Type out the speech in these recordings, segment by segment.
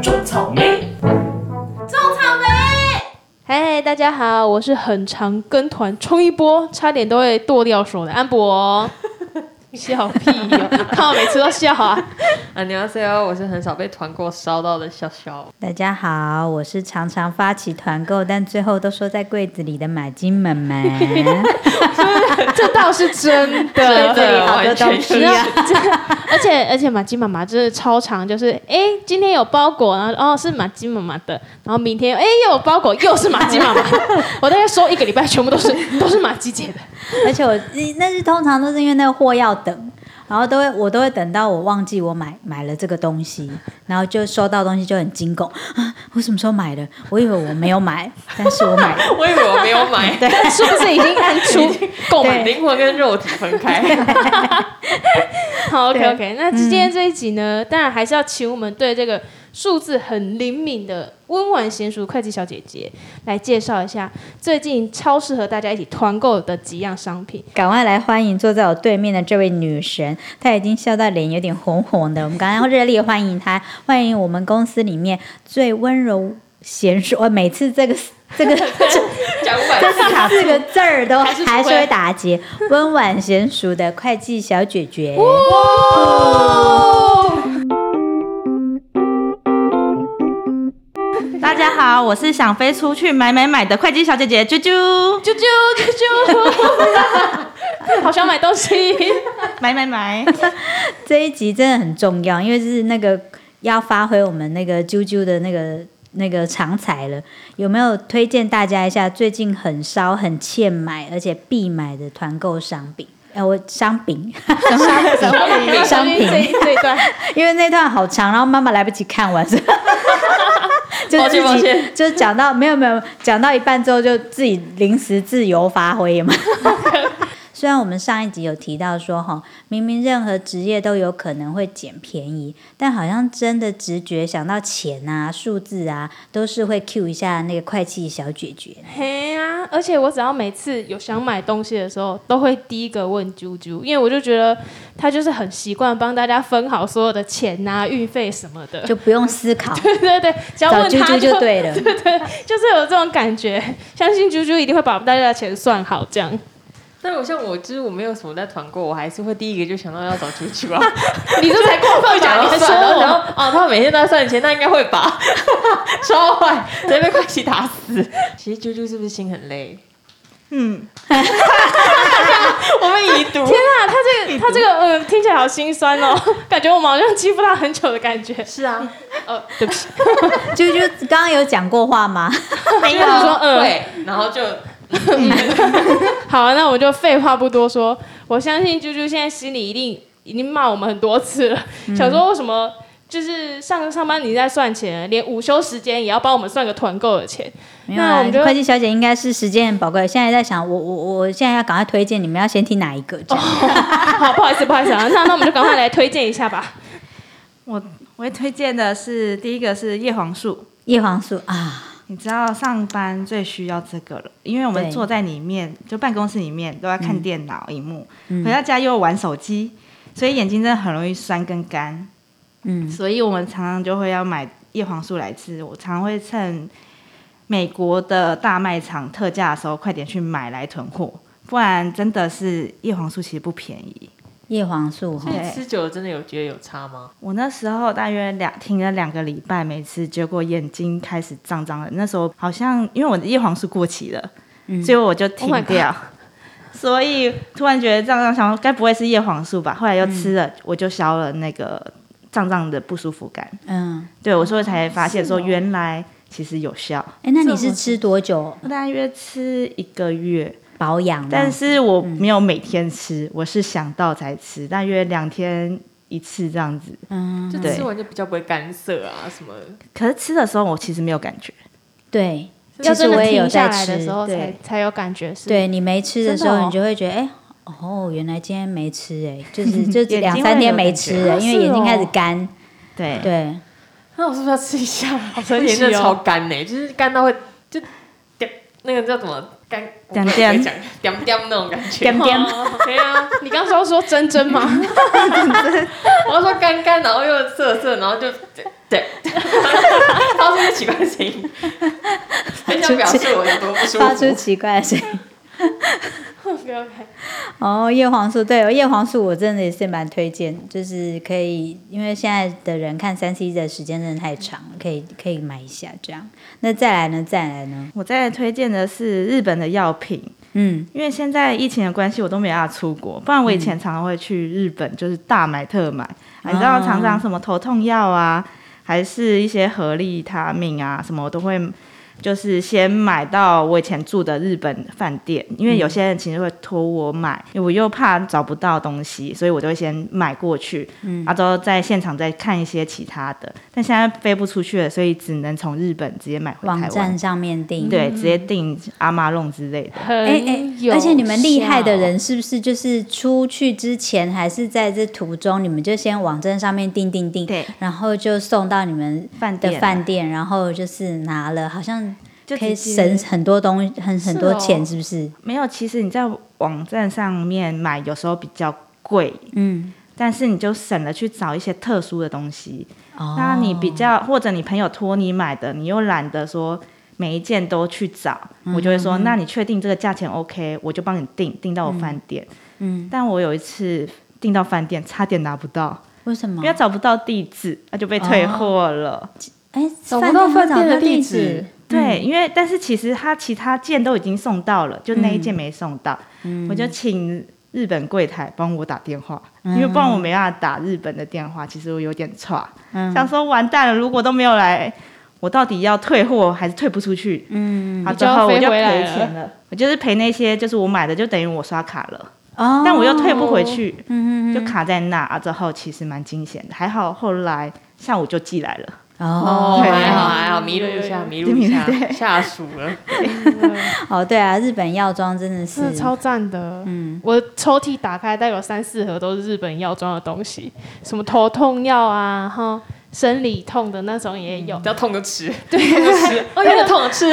种草莓，嗨，大家好，我是很常跟团冲一波，差点都会剁掉手的安 博。笑屁哟、看我每次都笑啊！啊，你好 C O，我是很少被团购烧到的小小。大家好，我是常常发起团购，但最后都说在柜子里的买金们们。 这倒是真 的，这里好完多全东就是西啊！ 而且而且马吉妈妈真的超长，就是哎、诶今天有包裹，然后哦是马吉妈妈的，然后明天哎、诶又有包裹，又是马吉 妈妈。我大概收一个礼拜，全部都是都是马吉姐的。 而且我那是通常都是因为那个货要等，然后都会我都会等到我忘记我买买了这个东西，然后就收到东西就很惊恐 啊！我什么时候买的？我以为我没有买，但是我买了。 我以为我没有买， 但是不是已 经按出购买对灵魂跟肉体分开。好，OK 对 OK，那今天这一集呢，当然还是要请我们对这个数字很灵敏的温婉娴熟会计小姐姐来介绍一下最近超适合大家一起团购的几样商品。赶快来欢迎坐在我对面的这位女神，她已经笑到脸有点红红的。我们刚刚热烈欢迎她，欢迎我们公司里面最温柔娴熟。我每次这个这个讲 五百这四个字儿都还是不会还是会打 结，温婉娴熟的会计小姐姐。大家好，我是想飞出去买买买的会计小姐姐啾 啾，啾啾啾啾，好想买东西。买 买买，这一集真的很重要，因为是那个要发挥我们那个啾啾的那个那个长才了。有没有推荐大家一下最近很烧、很欠买，而且必买的团购商品？哎、我商品， 商品这一这一段， 因为那段好长，然后妈妈来不及看完，所以 就抱自歉抱己歉就讲到没有没有讲到一半之后，就自己临时自由发挥嘛。虽然我们上一集有提到说，哈，明明任何职业都有可能会捡便宜，但好像真的直觉想到钱啊、数字啊，都是会 Q 一下那个会计小姐姐。嘿啊！而且我只要每次有想买东西的时候，都会第一个问啾啾，因为我就觉得他就是很习惯帮大家分好所有的钱呐、运费什么的。就不用思考，对对对，只要找问啾他啾就对了。就是有这种感觉。相信啾啾一定会把大家的钱算好，这样。但我像我，就是我没有什么在团购，我还是会第一个就想到要找啾 啾啊。你这才过分吧？然你后还算了，然说后哦，他们每天都在算钱，那应该会吧？ 超坏，直接被会计打死。其实啾啾是不是心很累？嗯， 我们已读我？天啊，他这个他这个呃，听起来好心酸哦，感觉我们好像欺负他很久的感觉。 是啊，呃，对不起，啾啾刚刚有讲过话吗？没有说嗯会，然后就好、啊那我们就废话不多说。我相信啾啾现在心里一定已经骂我们很多次了，想说为什么就是上上班你在算钱，连午休时间也要帮我们算个团购的钱。没有那啊我们就，会计小姐应该是时间很宝贵。现在在想，我我我现在要赶快推荐，你们要先听哪一个？这样哦好，不好意思，不好意思啊，那那我们就赶快来推荐一下吧。我我会推荐的是第一个是叶黄素，叶黄素啊，你知道上班最需要这个了，因为我们对嗯坐在里面，就办公室里面都在看电脑荧幕，回到家又玩手机，所以眼睛真的很容易酸跟干，嗯，所以我们常常就会要买叶黄素来吃。我常会趁美国的大卖场特价的时候，快点去买来囤货，不然真的是叶黄素其实不便宜。叶黄素哈对，吃久了真的有觉得有差吗？我那时候大约两停了两个礼拜没吃，结果眼睛开始胀胀的。那时候好像因为我的叶黄素过期了，嗯所以我就停 Oh my god 掉。所以突然觉得胀胀，想说该不会是叶黄素吧？后来又吃嗯了，我就消了那个胀胀的不舒服感。嗯，对我所以才发现哦说原来其实有效。哎，那你是吃多久我大约吃一个月，保嗯养？但，是我没有每天吃，我是想到才吃，大约两天一次这样子。嗯，就对吃完就比较不会干涩啊什么的。可是吃的时候我其实没有感觉。对，要其实真的我也有停下在来的吃时，候才对才有感觉是。对你没吃的时真的候，哦你就会觉得，哎，哦，原来今天没吃，哎，就是 就睛两会三天有没感觉吃，哎啊因是为眼睛开始哦干，对对，那我是不是要吃一下？好 神奇哦真的超干呢、就是干到会就那个叫什么干点点讲点点那种感觉。点点哦对啊，你刚说说真真吗？我要说干干，然后又涩涩，然后就对对，发出一些奇怪的声 音，很想表示我有多不舒发出服。奇怪的声音。不嗯 要看哦，叶黄素对、哦，叶黄素我真的也是蛮推荐，就是可以，因为现在的人看三 C 的时间真的太长了，可以可以买一下这样。那再来呢？再来呢？我再推荐的是日本的药品，嗯，因为现在疫情的关系，我都没办法出国，不然我以前常常会去日本，就是大买特买。啊、你知道，常常什么头痛药哦啊，还是一些合力他命啊，什么我都会，就是先买到我以前住的日本饭店，因为有些人其实会托我买，我又怕找不到东西，所以我就会先买过去，嗯，啊，之后在现场再看一些其他的。但现在飞不出去了，所以只能从日本直接买回台网站湾。上面订。对，直接订阿妈弄之类的。很哎哎，而且你们厉害的有效人是不是就是出去之前还是在这途中，你们就先网站上面订订订，对，然后就送到你们饭店的啊饭店，然后就是拿了，好像就可以直接省很多东西，很很多是哦钱，是不是？没有，其实你在网站上面买有时候比较贵，嗯，但是你就省了去找一些特殊的东西。哦，那你比较或者你朋友托你买的，你又懒得说每一件都去找，嗯我就会说，那你确定这个价钱 OK，我就帮你订，订到我饭店。嗯，但我有一次订到饭店，差点拿不到，为什么因？为找不到地址，那就被退货了。哎，找不到饭饭店的地地址，对，因为但是其实他其他件都已经送到了，就那一件没送到，嗯我嗯就请日本柜台帮我打电话，因为不嗯然我没办法打日本的电话，其实我有点差，想说完蛋了，如果都没有来，我到底要退货还是退不出去？嗯，好，你就最要后我飞就回来赔钱了，我就是赔那些就是我买的，就等于我刷卡了，哦，但我又退不回去，哦嗯嗯就卡在那，啊，之后其实蛮惊险的，还好后来下午就寄来 了。嗯哦还好还好，迷路一下，迷路一下， 吓鼠了。哦，对啊，日本药妆真的是真的超赞的。嗯，我抽屉打开，大概有三四盒都是日本药妆的东西，什么头痛药啊，哈，生理痛的那种也有。要 痛就吃，对，吃，哦，有点痛就吃。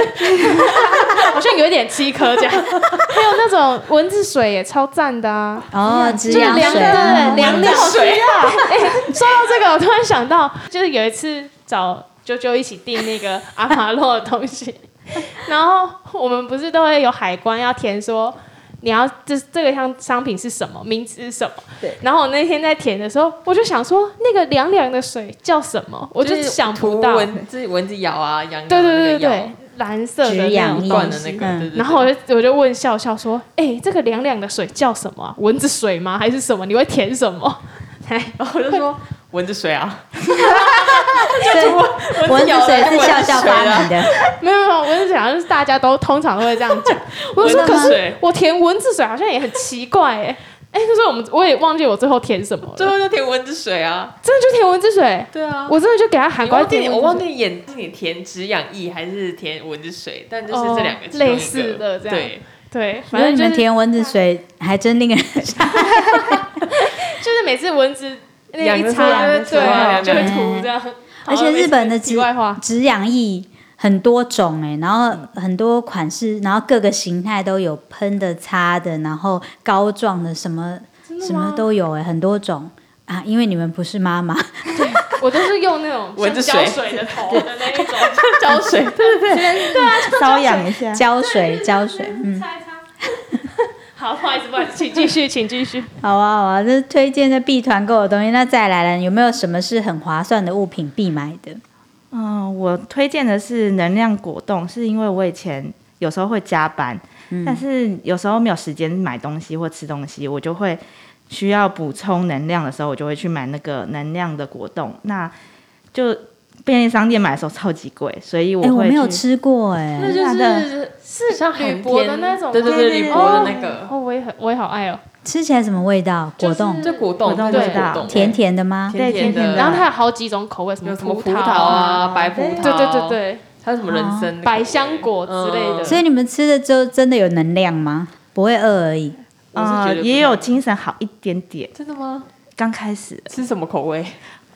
好像有点七颗 这样。还有那种蚊子水也超赞的啊，哦，止就痒凉水的啊，凉尿尿水啊。 哎，说到这个，我突然想到，就是有一次找啾啾一起订那个阿玛洛的东西， 然后我们不是都会有海关要填说。你要这这个商商品是什么？名字是什么？对。然后我那天在填的时候，我就想说那个凉凉的水叫什么，我就想不到。蚊子蚊子咬啊，痒痒对的对对那个对咬对，蓝色的止那痒种液断东的西那个，嗯对对对然后我就我就问笑笑说：“哎、这个凉凉的水叫什么、啊？蚊子水吗？还是什么？你会填什么？”然后我就说蚊子水啊， 对蚊子水是笑笑发明的，没有没有，蚊子水好像是大家都通常都会这样 讲。我就说：“蚊子可是水我填蚊子水好像也很奇怪哎、哎、那时候我们我也忘记我最后填什么了，最后就填蚊子水啊，真的就填蚊子水，对啊。我真的就给他喊你过来忘记填你蚊子水。我忘记你演是你填止痒液还是填蚊子水，但就是这两个其中一个、类似的这样对，对，反反正你正就们是填蚊子水还真令人 就是每次蚊子那痒一的时擦候就痒会的时候对痒就会的时候吐这样，而且日本的题外话，止痒液很多种哎、然后很多款式，然后各个形态都有，喷的、擦的，然后膏状的，什么什么都有哎、很多种啊。因为你们不是妈妈，我都是用那种蚊子像水胶水的头的那一种。浇水，瘙 痒一下。胶水胶水，嗯，擦一擦。好，不好意思，不好意思，请继续，请继续。好啊好啊，这是推荐的必团购的东西。那再来了，有没有什么是很划算的物品必买的？嗯，我推荐的是能量果冻，是因为我以前有时候会加班，嗯但是有时候没有时间买东西或吃东西，我就会需要补充能量的时候，我就会去买那个能量的果冻。那就便利商店买的时候超级贵，所以我哎、我会没有去吃过哎、那真的就是是像铝很箔的甜那种吗，对对对，对铝箔的那个，哦，我也很，我也好爱哦。吃起来什么味道？就果是冻、就果冻，果冻就是味果道冻，甜甜的吗？对甜甜甜的然后它有好几种口味，什么嗯有什么葡葡萄啊、白葡萄，啊对对对，对，还有什么人参、百香果之类嗯的。所以你们吃了之后真的有能量吗？不会饿而已。我是觉得呃不也有精神好一点点。真的吗？刚开始吃什么口味？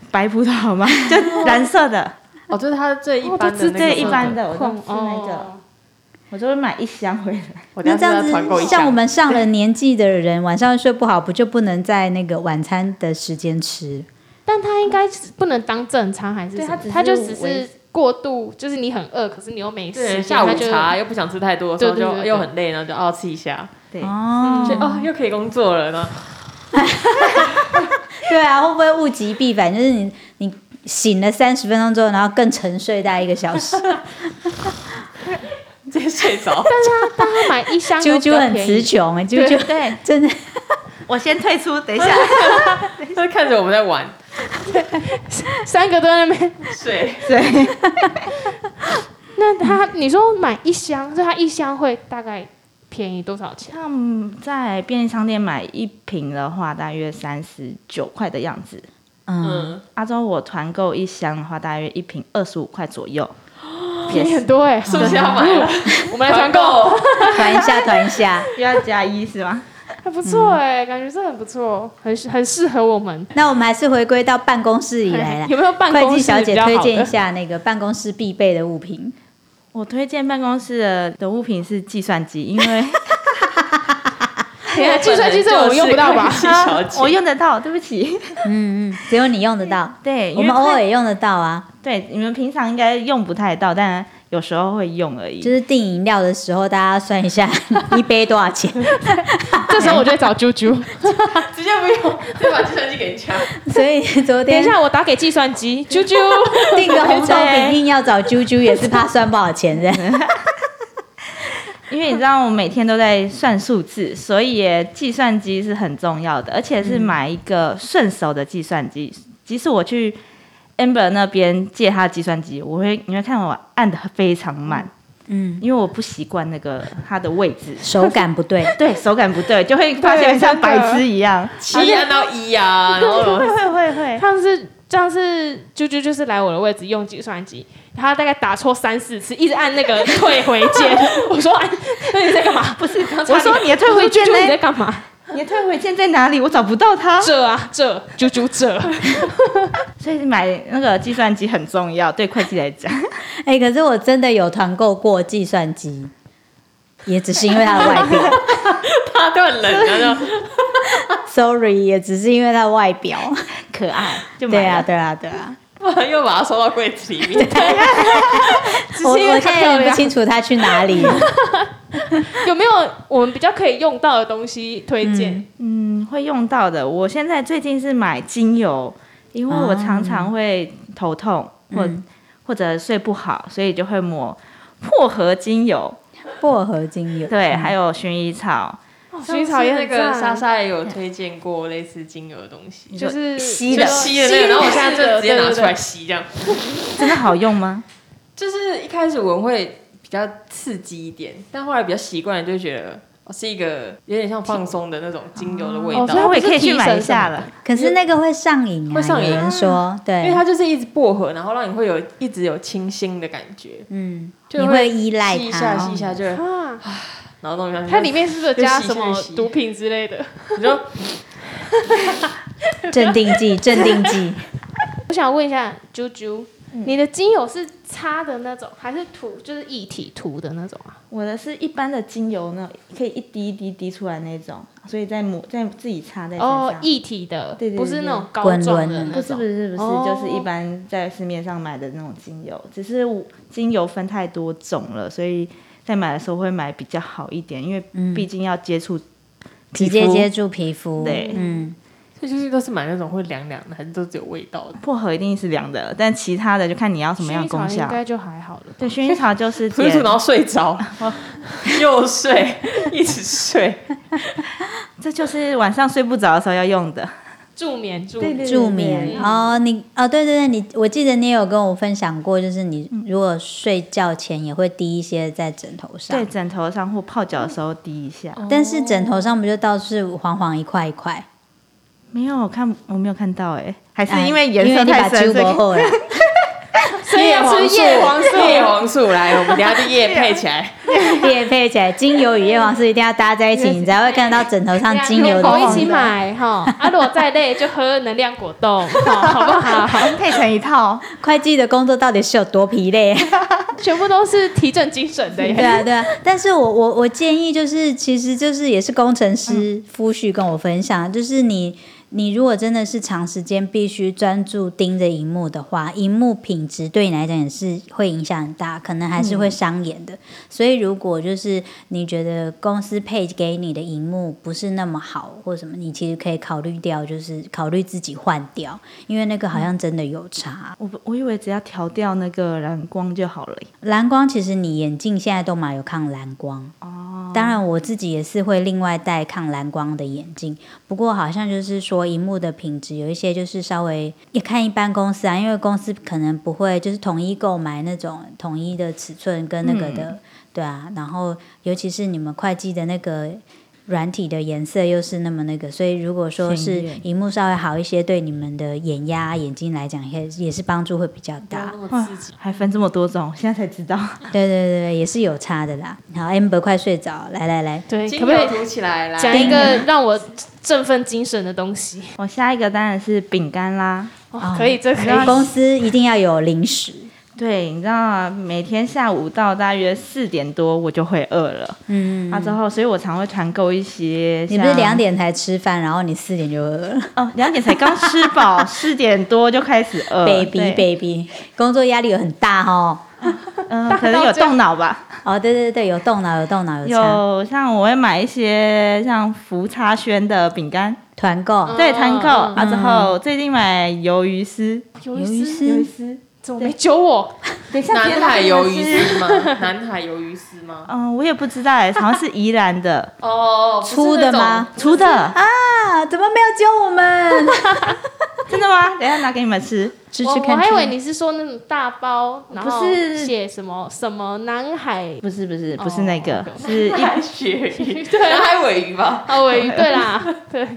白葡萄嘛， 就蓝色的，哦，就是它最一般哦的那个都吃对一般的，的，我都吃那个。哦我就会买一箱回来。我那家这样是要团购一子，下像我们上了年纪的人，晚上睡不好，不就不能在那个晚餐的时间吃？但它应该是不能当正餐还是对什它么只？是它就只为是过度，就是你很饿，可是你又没对时下间，午它就茶又不想吃太多，对所以对就对对又很累，然后就哦吃一下，对，哦，就哦又可以工作了，然后对啊，会不会物极必反？就是你你醒了三十分钟之后，然后更沉睡大概一个小时，直接睡着。 但它买一箱啾有比较啾很便词宜，穷哎， 啾啾对， 真的我先退出，等一下。他看着我们在玩，三个都在那边。睡。对，那它你说买一箱，所以它一箱会大概便宜多少钱？像在便利商店买一瓶的话，大约三十九块的样子。嗯，嗯，阿周我团购一箱的话，大约一瓶二十五块 左右。哦便宜很多 哎、是不是要买 了？我们来团购，团一下团一下。 要加一是吗？还不错哎、感觉是很不错，很适很适合我们。那我们还是回归到办公室以来啦。有没有办会公计室小姐比较 好推的荐一下那个办公室必备的物品。我推荐办公室的的物品是计算机，因 为等一下计算机这个我们用不到啊吧？ 计小姐，我用得到。对不 起，嗯嗯，只有你用得到，对，因我为们偶尔快也用得到啊。对你们平常应该用不太到，但有时候会用而已。就是订饮料的时候，大家算一 下一杯多少钱。这时候我就会找啾啾。 直接不用，直接把计算机给人 家。所以昨等一天下，我打给计算机，啾啾。订个红豆饼，对硬要找啾啾，也是怕算不好钱的。因为你知道我每天都在算数字，所以也计算机是很重要的，而且嗯是买一个顺手的计算机。即使我去 Amber 那边借他的计算机，我会你会看我按的非常慢，嗯，因为我不习惯那个它的位置，手感不 对。对手感不对，就会发现像白痴一样。七按到一啊，然 后会会会会，上次上次啾啾就是来我的位置用计算机，他大概打错三四次，一直按那 个退回键。我说：“哎，那你在干嘛？”不是，我说你的退回键 啾啾你呢在？干嘛？你的退回键在哪里？我找不到它。这啊这，啾啾这。所以买那个计算机很重要，对会计来讲。哎、可是我真的有团购过计算机，也只是因为它的外表。他都很冷，然后 Sorry，也只是因为它的外表。可爱，就买对啊，了。对啊，对啊。 不然又把它收到柜子里面。我是因为我现在有它漂点亮不清楚它去哪里了。有没有我们比较可以用到的东西推荐？ 嗯，会用到的。我现在最近是买精油，因为我常常会头痛或、嗯或者睡不好，所以就会抹薄荷精油，薄荷精油。嗯对，还有薰衣草，薰衣草也那很个赞莎莎也有推荐过类似精油的东西，就是吸就的吸的那个，然后我现在就直接拿对出来对对吸，这样真的好用吗？就是一开始闻会比较刺激一点，但后来比较习惯了，就觉得。哦是一个有点像放松的那种精油的味哦道所所， 以我也不是可以去提买神什一么下的了。可是那个会上瘾啊，会上瘾有人说，因为对，它就是一直薄荷，然后让你会有一直有清新的感觉，嗯，就你会依赖吸一下它吸哦一。下就会，啊，然后弄下去。它里面是不是有加就吸什么就吸毒品之类的？你就镇定剂，镇定剂。我想问一下啾啾，你的精油是擦的那种，还是涂就是一体涂的那种啊？我的是一般的精油呢，可以一滴一滴滴出来那种，所以再抹再自己擦在身上。哦，一体的，对对对不是那种膏滚状轮的的那不是种。不是不是，哦就是一般在市面上买的那种精油，只是我精油分太多种了，所以在买的时候会买比较好一点，因为毕竟要接触直皮肤接接触皮肤，对嗯，这就是都是买那种会凉凉的，还是都只有味道的？薄荷一定是凉的，但其他的就看你要什么样的功薰衣草应效。该就还好了。对，薰衣草就 是涂一涂点然，后睡着，又睡，一直睡。这就是晚上睡不着的时候要用的。助眠助对眠，助眠哦，你哦，对对对，你我记得你有跟我分享过，就是你如果睡觉前也会滴一些在枕头上，对，枕头上或泡脚的时候滴一下。但是枕头上不就到处黄黄一块一块，没有我看，我没有看到哎、还 是哎因为颜色因为太你把深，揪所以薄 厚了，所以要吃叶黄素。叶黄素来，我们等一下就叶配起来。也配起来，精油与叶黄素一定要搭在一起， 你才会看得到枕头上啊精油的我红啊一起买哈，啊，如果再累就喝能量果冻，哈好不好？ 配成一套，会计的工作到底是有多疲累？全部都是提振精神的对耶。啊，对啊。但是我我我建议就是，其实就是也是工程师夫婿跟我分享，就是你你如果真的是长时间必须专注盯着荧幕的话，荧幕品质对你来讲也是会影响很大，可能还是会伤眼的。所以如果就是你觉得公司配给你的荧幕不是那么好或什么，你其实可以考虑掉，就是考虑自己换掉，因为那个好像真的有差。我不我以为只要调掉那个蓝光就好了耶。蓝光其实你眼镜现在都蛮有抗蓝光哦。当然我自己也是会另外戴抗蓝光的眼镜，不过好像就是说荧幕的品质有一些就是稍微也看一般公司啊，因为公司可能不会就是统一购买那种统一的尺寸跟那个的，对啊。然后尤其是你们会计的那个。软体的颜色又是那么那个，所以如果说是鲜艳荧幕稍微好一些，对你们的眼压、眼睛来讲也也是帮助会比较大。哇，还分这么多种，现在才知道。 对对对，对也是有差的啦。好，amber 快睡着，来来来，对，精可不可油以涂起来来，讲一个让我振奋精神的东西？我下一个当然是饼干啦。哦，可以，这可以。公司一定要有零食，对，你知道吗？每天下午到大约四点多，我就会饿了。嗯，啊，之后，所以我常会团购一些。你不是两？点才吃饭，然后你四点就饿了、哦，两点才刚吃 饱，四点多就开始饿。 b a b y 对 baby，工作压力有很大哦。嗯、可能有动脑吧。哦，对对对，有动脑，有动脑，有差。有像我会买一些像福茶轩的饼干，团购，对，团购。嗯啊，之后最近买鱿鱼丝，鱿鱿鱼鱼丝丝丝。怎么没揪我？等一下，别南拿海这个鱿鱼吃。丝吗？ 南海鱿鱼丝吗？嗯，我也不知道哎，好像是宜 兰的哦，不是粗的吗那种？出的，啊，怎么没有教我们？真的吗？等一下拿给你们吃。吃我吃我看还以为看。你是说那种大包，然后不是写什么什么南海不是不是不是那个，哦是一海鳕 鱼，南海尾鱼吧？啊尾鱼，对啦，对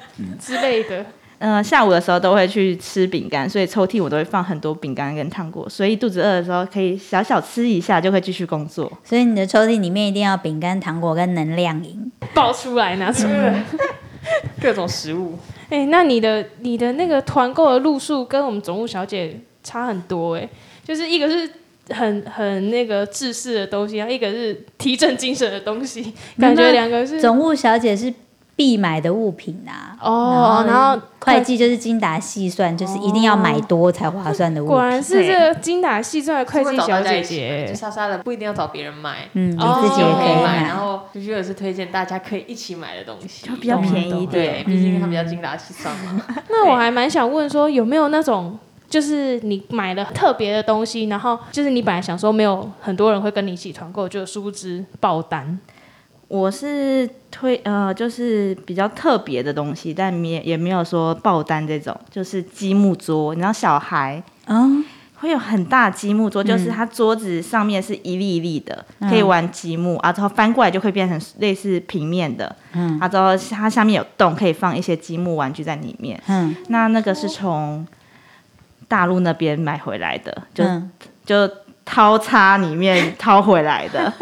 之类的。呃下午的时候都会去吃饼干，所以抽屉我都会放很多饼干跟糖果，所以肚子饿的时候可以小小吃一下，就会继续工作。所以你的抽屉里面一定要饼干、糖果跟能量饮。爆出来拿出来。各种食物， 哎、那你的你的那个团购的路数跟我们总务小姐差很多哎、就是一个是很很那个制式的东西，然后一个是提振精神的东西，感觉两个是嗯总务小姐是必买的物品啊。哦然后会计就是精打细算，就是一定要买多才划算的物果品。然是这个精打细算的会计找小大家姐一起买就姐。莎莎的不一定要找别人买，嗯，你哦自己也可以买买。然后就是也是推荐大家可以一起买的东西，就比较便宜一对，点，毕竟它比较精打细算嘛。那我还蛮想问说，有没有那种就是你买了特别的东西，然后就是你本来想说没有很多人会跟你一起团购，就殊不知爆单。我是推呃，就是比较特别的东西，但也也没有说爆单这种，就是积木桌。你知道小孩哦，会有很大积木嗯桌，就是它桌子上面是一粒一粒的，可以玩积木啊，之后翻过来就会变成类似平面的，嗯啊，之后它下面有洞，可以放一些积木玩具在里面。嗯那那个是从大陆那边买回来的，就、嗯，就掏叉里 面掏回来的。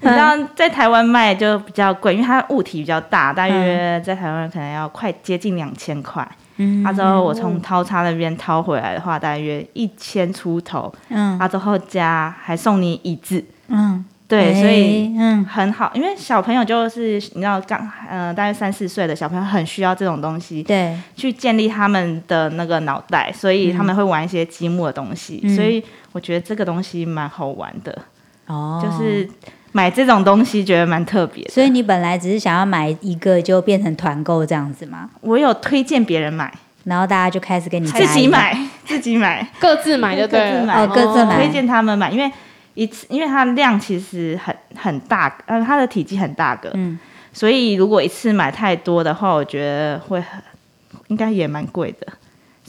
你知道在台湾卖就比较贵，因为它物体比较大，大约在台湾可能要快接近两千块。嗯啊，之后我从掏叉那边掏回来的话，大约一千出头。嗯啊，之后加还送你椅子，嗯，对，所以哎嗯很好，因为小朋友就是你知道刚呃大概三四岁的小朋友很需要这种东西对，去建立他们的那个脑袋，所以他们会玩一些积木的东西，嗯所以我觉得这个东西蛮好玩的，哦，就是买这种东西觉得蛮特别的。所以你本来只是想要买一个，就变成团购这样子嘛，我有推荐别人买，然后大家就开始跟你自加己一个，买， 自己买，各自买就各对自了，哎买，哦各自买我推荐他们买，因为一次，因为它量其实很很大，呃，它的体积很大个，嗯所以如果一次买太多的话，我觉得会很应该也蛮贵的。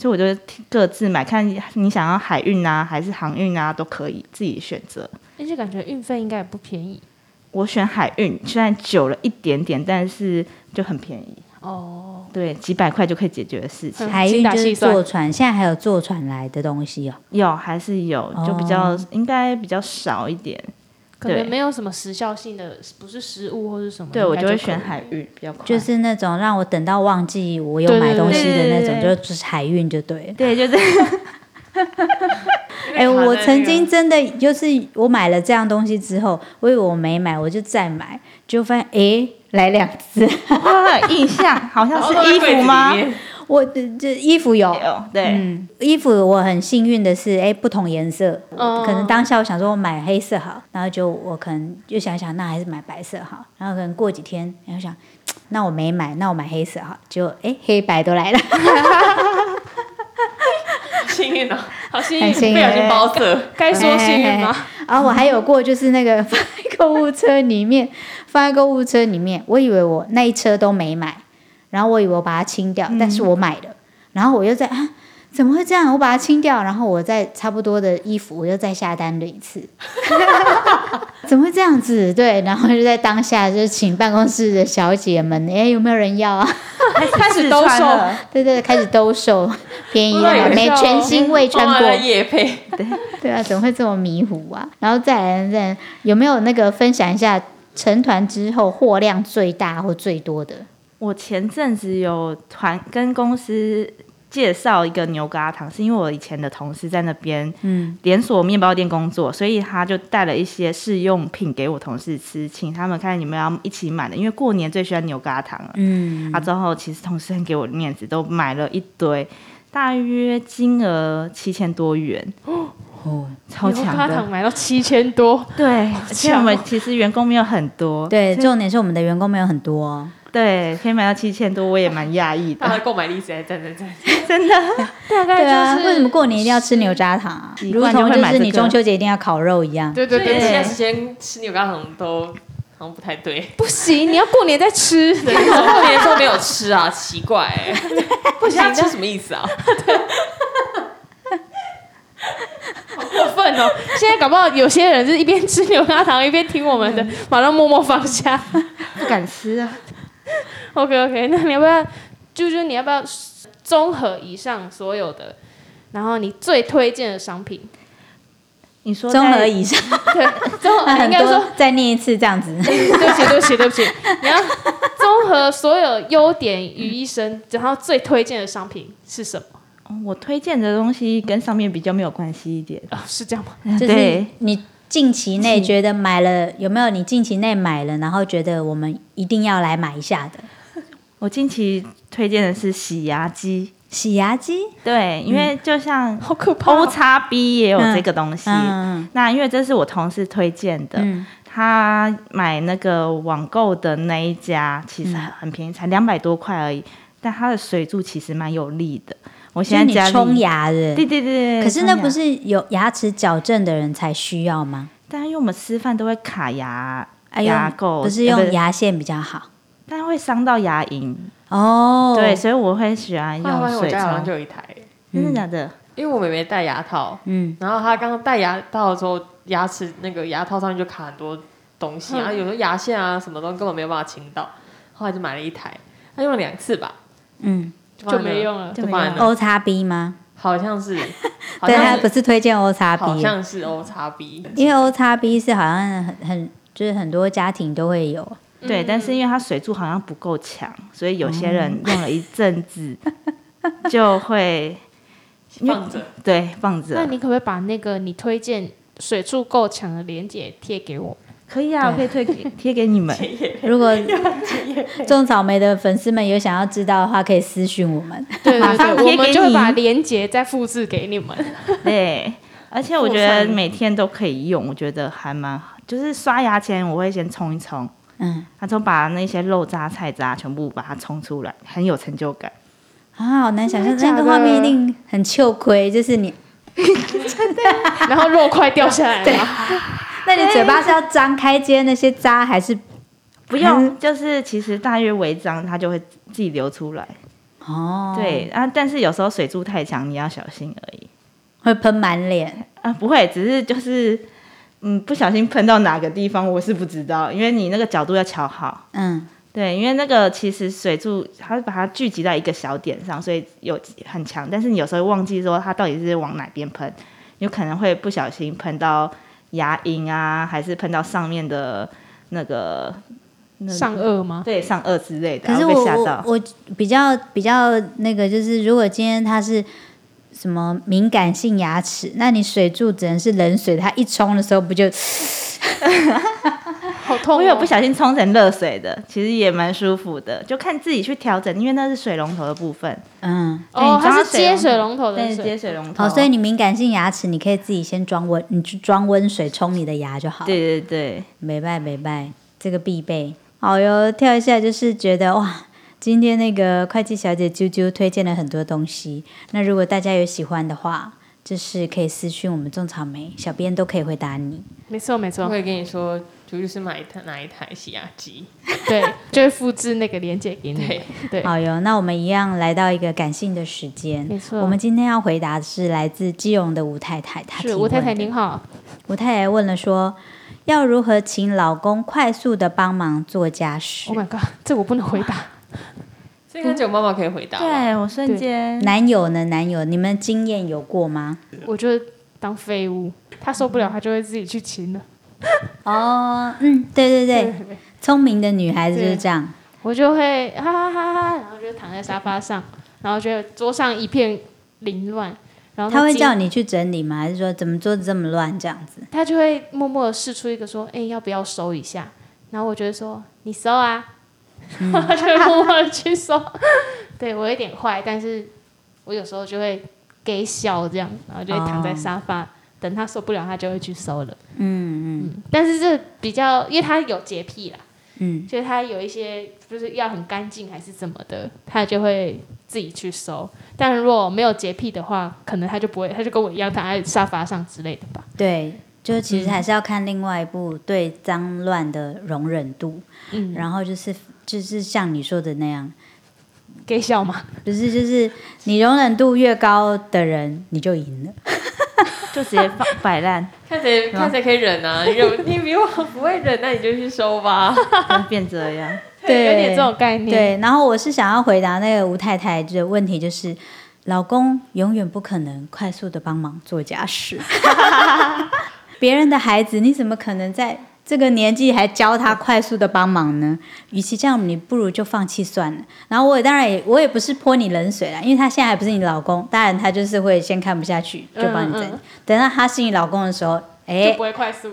所以我就各自买，看你想要海运啊，还是航运啊，都可以自己选择。而且感觉运费应该也不便宜我选海运，虽然久了一点点，但是就很便宜，哦。对，几百块就可以解决的事情。海运嗯精打就细是算坐船，现在还有坐船来的东西哦。有还是有，就比较、哦应该比较少一点。可能没有什么时效性的，不是食物或是什么。对应我该就就会可选以海 运比较快，就是那种让我等到忘记我有对对买对东西的那种，对对对就是海运就对了。对，就是 哎、我曾经真的就是我买了这样东西之后，我以为我没买，我就再买，就发现哎、来两只， 我有印象，好像然后是衣服 吗？我这这衣服有。有，哦对，嗯，衣服我很幸运的是，哎、不同颜色，嗯可能当下我想说我买黑色好，然后就我可能就想一想，那还是买白色好，然后可能过几天，然后想，那我没买，那我买黑色好，结果哎、黑白都来了， 幸运啊，好幸很运，幸运哎不小心包色，该说幸运吗？然后啊我还有过，就是那个 放在购物车里面，放在购物车里面，我以为我那一车都没买，然后我以为我把它清掉，嗯但是我买了，然后我又在啊，怎么会这样？我把它清掉，然后我再差不多的衣服，我又再下单了一次， 怎么会这样子？对，然后就在当下就请办公室的小姐们，哎，有没有人要啊？ 开始始兜售穿了，对对，开始兜售，便宜不然了，有没效哦全新未哎穿过了。夜配， 对啊，怎么会这么迷糊啊？然后再来，再来有没有那个分享一下成团之后货量最大或最多的？我前阵子有团跟公司介绍一个牛轧糖，是因为我以前的同事在那边嗯，连锁面包店工作，所以他就带了一些试用品给我同事吃，请他们看你们要一起买的，因为过年最喜欢牛轧糖了。嗯，啊，之后其实同事很给我面子，都买了一堆，大约金额七千多元，哦，超牛强轧糖的。买到七千多， 对，而且我们其实员工没有很多，对，所以重点是我们的员工没有很多、哦，对，可以买到七千多，我也蛮讶异 他的的。购买力实在赞赞赞，真的，大概对啊，就是为什么过年一定要吃牛轧糖啊？习如惯就同会就买是这你个中秋节一定要烤肉一样。对对所以现对在，时间吃牛轧糖都好像不太对，不行，你要过年再吃。 对，怎么过年的时候没有吃啊？奇怪、欸， 不行，这什么意思啊？过分哦！现在搞不好有些人是一边吃牛轧糖一边听我们的，马上默默放下。 不敢吃啊。 OK OK，那你 要不要，啾啾，你要不要综合以上所有的，然后你最推荐的商品？ 你说综合在以 上，对，综合那 应很该说多，再念一次这样子。 对不起对不起对不起，你要综合所有优点于一身，然后最推荐的商品是什么？哦我推荐的东西跟上面比较没有关系一点。哦，是这样吗？ 就是对你近期内觉得买了有没有？你近期内买了，然后觉得我们一定要来买一下的我近期推荐的是洗牙机，洗牙机，对，嗯因为就像好可怕、 O 哦！叉 B 也有这个东西。嗯那因为这是我同事推荐的，嗯他买那个网购的那一家，其嗯实很很便宜，才两百多块而已。但它的水柱其实蛮有力的，我就现是在你家里冲，牙的，对对对。对可是那不，冲牙是有牙齿矫正的人才需要吗？但因为我们吃饭都会卡牙哎呦牙垢，不是呃用，牙线比较好但会伤到牙龈。哦。对，，所以我会喜欢后来用我水家哎好像就冲。有一台，真的假的？因为我妹妹戴牙套，嗯，然后她刚刚戴牙套的时候，牙齿那个牙套上就卡很多东西，然后有时候牙线啊什么东西根本没有办法清到，后来就买了一台，她用了两次吧，嗯放在就那没用了就放在那哦，O 叉 B 吗？好像是，好对他像不是，是推荐 O 叉好 B，像是哦 O 叉 B，因为 O 叉 B 是好像很很就是很多家庭都会有，对，但是因为它水柱好像不够强，所以有些人用了一 阵子就会放着。对放着。那你可不可以把那个你推荐水柱够强的链接贴给我？可以啊，我可以推给贴 给你们。如果种草莓的粉丝们有想要知道的话，可以私讯我们。 对对上对，我贴们给就会你把链接再复制给你们。对，而且我觉得每天都可以用，我觉得还蛮好。就是刷牙前我会先冲一冲， 嗯然后就把那些肉渣、菜渣全部把它冲出来，很有成就感。啊，好难想象真那的假的个画面一定很糗亏，就是你，然后肉块掉下来了。那你嘴巴是要张开接那些渣，还是不用，嗯就是其实大约违章，它就会自己流出来。哦，对啊，但是有时候水柱太强，你要小心而已。会喷满脸？啊，不会，只是就是嗯，不小心喷到哪个地方，我是不知道，因为你那个角度要调好。嗯，对，因为那个其实水柱它会把它聚集到一个小点上，所以有很强，但是你有时候会忘记说它到底是往哪边喷，有可能会不小心喷到牙龈啊，还是喷到上面的那个 那上颚吗？对上颚之类的，可是然后我被吓我到。我比较比较那个，就是如果今天它是什么敏感性牙齿，那你水柱只能是冷水，它一冲的时候不就好痛、哦！我有不小心冲成热水的，其实也蛮舒服的，就看自己去调整，因为那是水龙头的部分，嗯？哦，对你装它到是接水水龙头的对，水接。水龙头。哦，所以你敏感性牙齿，你可以自己先装温，你去装温水冲你的牙就好。，对对对，没拜没拜，这个必备。好哟，跳一下就是觉得哇，今天那个会计小姐啾啾推荐了很多东西，那如果大家有喜欢的话，就是可以私讯我们种草莓，小编都可以回答你。没错没我错可，以跟你说，主就是买一台哪一台洗牙机， 对，就会复制那个链接给你对。对，好哟，那我们一样来到一个感性的时间。没错我们今天要回答的是来自基隆的吴太太，她提是问吴太太的您好，吴太太问了说，要如何请老公快速的帮忙做家事 Oh？my god，这我不能回答。所以他只有妈妈可以回答吧。对我瞬间男友呢？男友，你们经验有过吗？我就当废物，他受不了，他就会自己去亲了。哦，嗯，对对对，聪明的女孩子就是这样。我就会哈哈哈哈，然后就躺在沙发上，然后觉得桌上一片凌乱，然后他会经叫，你去整理吗？还是说怎么桌子这么乱这样子？他就会默默的试出一个说，哎、要不要收一下？然后我就会说，你收啊， 然后就会默默的去收。对我有点坏，但是我有时候就会给笑这样，然后就会躺在沙发。等他受不了，他就会去收了。嗯嗯，但是这比较，因为他有洁癖啦，嗯，就是他有一些就是要很干净还是怎么的，他就会自己去收。但如果没有洁癖的话，可能他就不会，他就跟我一样躺在沙发上之类的吧。对，就其实还是要看另外一部对脏乱的容忍度，嗯，然后就是就是像你说的那样，给笑嘛，不是就是你容忍度越高的人，你就赢了。就直接放 摆烂，看谁看谁可以忍啊！你忍，你比我不会忍，那你就去收吧。就变这样。 对有点这种概念。，对，然后我是想要回答那个吴太太的问题，就是老公永远不可能快速的帮忙做家事， 别人的孩子你怎么可能在这个年纪还教他快速的帮忙呢？与其这样，你不如就放弃算了。然后我也当然也我也不是泼你冷水啦，因为他现在还不是你老公，当然他就是会先看不下去就帮你整理，嗯嗯等到他是你老公的时候，哎就不，会快速。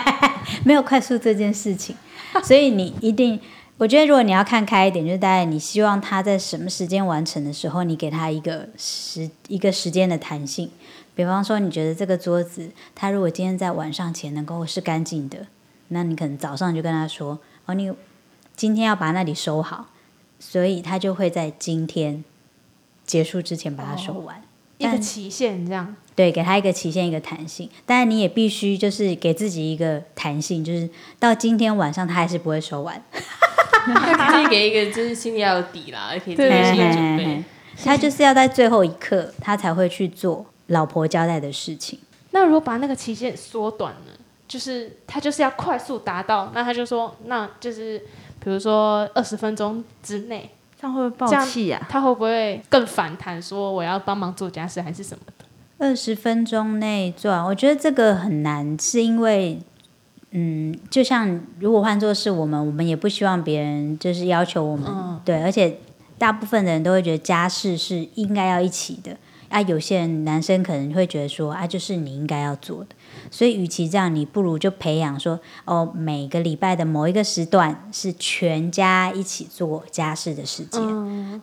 没有快速这件事情，所以你一定，我觉得如果你要看开一点，就是大概你希望他在什么时间完成的时候，你给他一个时一个时间的弹性。比方说，你觉得这个桌子，他如果今天在晚上前能够是干净的，那你可能早上就跟他说，哦，你今天要把那里收好，所以他就会在今天结束之前把它收完。一个但期限这样，对，给他一个期限，一个弹性。当然，你也必须就是给自己一个弹性，就是到今天晚上他还是不会收完。自己给一个就是心里要有底啦，可以自己对心对理准备。他就是要在最后一刻，他才会去做老婆交代的事情。那如果把那个期限缩短呢？就是他就是要快速达到，那他就说，那就是比如说二十分钟之内，这样会不会这样爆气啊呀、他会不会更反弹说我要帮忙做家事还是什么的？二十分钟内做完，我觉得这个很难，是因为，嗯，就像如果换作是我们，我们也不希望别人就是要求我们，对，而且大部分的人都会觉得家事是应该要一起的，啊，有些人男生可能会觉得说，啊，就是你应该要做的，所以与其这样，你不如就培养说，哦，每个礼拜的某一个时段是全家一起做家事的时间，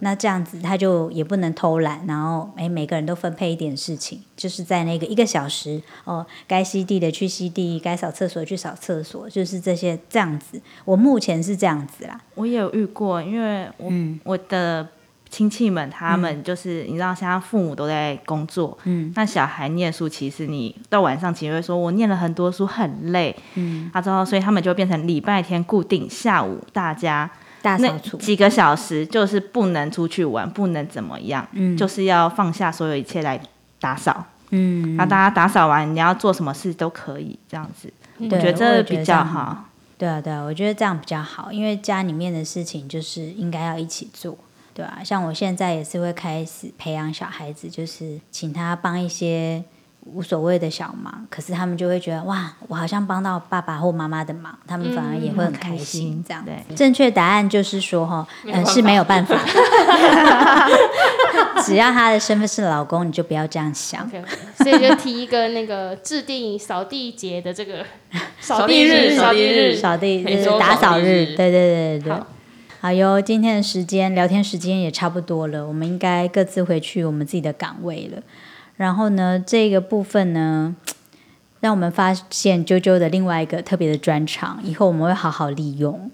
那这样子他就也不能偷懒，然后诶每个人都分配一点事情，就是在那个一个小时哦，该吸地的去吸地，该扫厕所的去扫厕所，就是这些这样子。我目前是这样子啦，我也有遇过，因为我、嗯我的亲戚们他们就是、你知道，现在父母都在工作，嗯那小孩念书，其实你到晚上其实会说，我念了很多书，很累，嗯，啊之后，所以他们就变成礼拜天固定下午大家大那扫除，几个小时，就是不能出去玩，不能怎么样，嗯就是要放下所有一切来打扫。嗯那、大家打扫完，你要做什么事都可以，这样子，对我我觉得也这觉得比这较样好。对啊，对啊，我觉得这样比较好，因为家里面的事情就是应该要一起做，对啊，像我现在也是会开始培养小孩子，就是请他帮一些无所谓的小忙，可是他们就会觉得哇，我好像帮到爸爸或妈妈的忙，他们反而也会很开心。嗯这样，对正确答案就是说哈，有呃，办法是没有办 法， 只要他的身份是老公，你就不要这样想。 OK，所以就提一个那个制定扫地节的 这个扫地日扫扫地地日日扫地每日周打扫扫地日，日对对对对对好。好哟，今天的时间聊天时间也差不多了，我们应该各自回去我们自己的岗位了。然后呢，这个部分呢，让我们发现啾啾的另外一个特别的专长，以后我们会好好利用。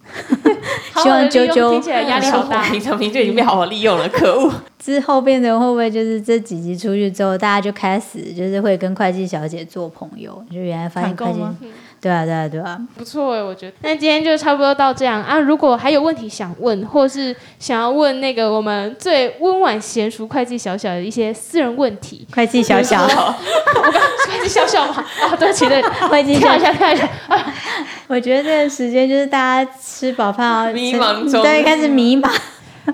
好希望好地利用啾啾听起来压力好大。平常平就已经被好好利用了，可恶！之后变成会不会就是这几集出去之后，大家就开始就是会跟会计小姐做朋友？就原来发现团购会计吗，对啊对啊对啊，不错哎，我觉得。那今天就差不多到这样啊。如果还有问题想问，或是想要问那个我们最温婉娴熟会计小小的一些私人问题，会计小 小， 会计小小 嘛，啊，对不起，对，会计跳小 一下，跳一下。我觉得这个时间就是大家吃饱饭后迷茫中对，开始迷茫。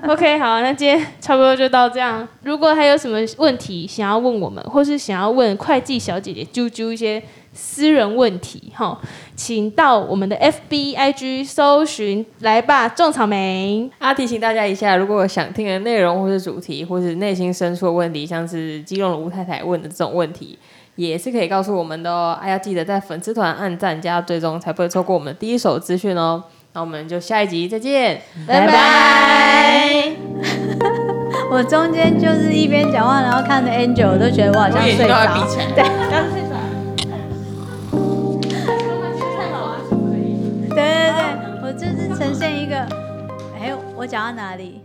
OK，好，那今天差不多就到这样。如果还有什么问题想要问我们，或是想要问会计小姐姐啾啾一些私人问题，哈，请到我们的 FB IG 搜寻“来吧种草莓啊，提醒大家一下，如果想听的内容或是主题，或是内心深处的问题，像是基隆的吴太太问的这种问题，也是可以告诉我们的哦。哎、啊，要记得在粉丝团按赞加追踪，才不会错过我们的第一手资讯哦。那我们就下一集再见，嗯拜拜。 我中间就是一边讲话，然后看着 Angel，我都觉得我好像嗯睡着。起来。对对对，我就是呈现一个，哎，我讲到哪里？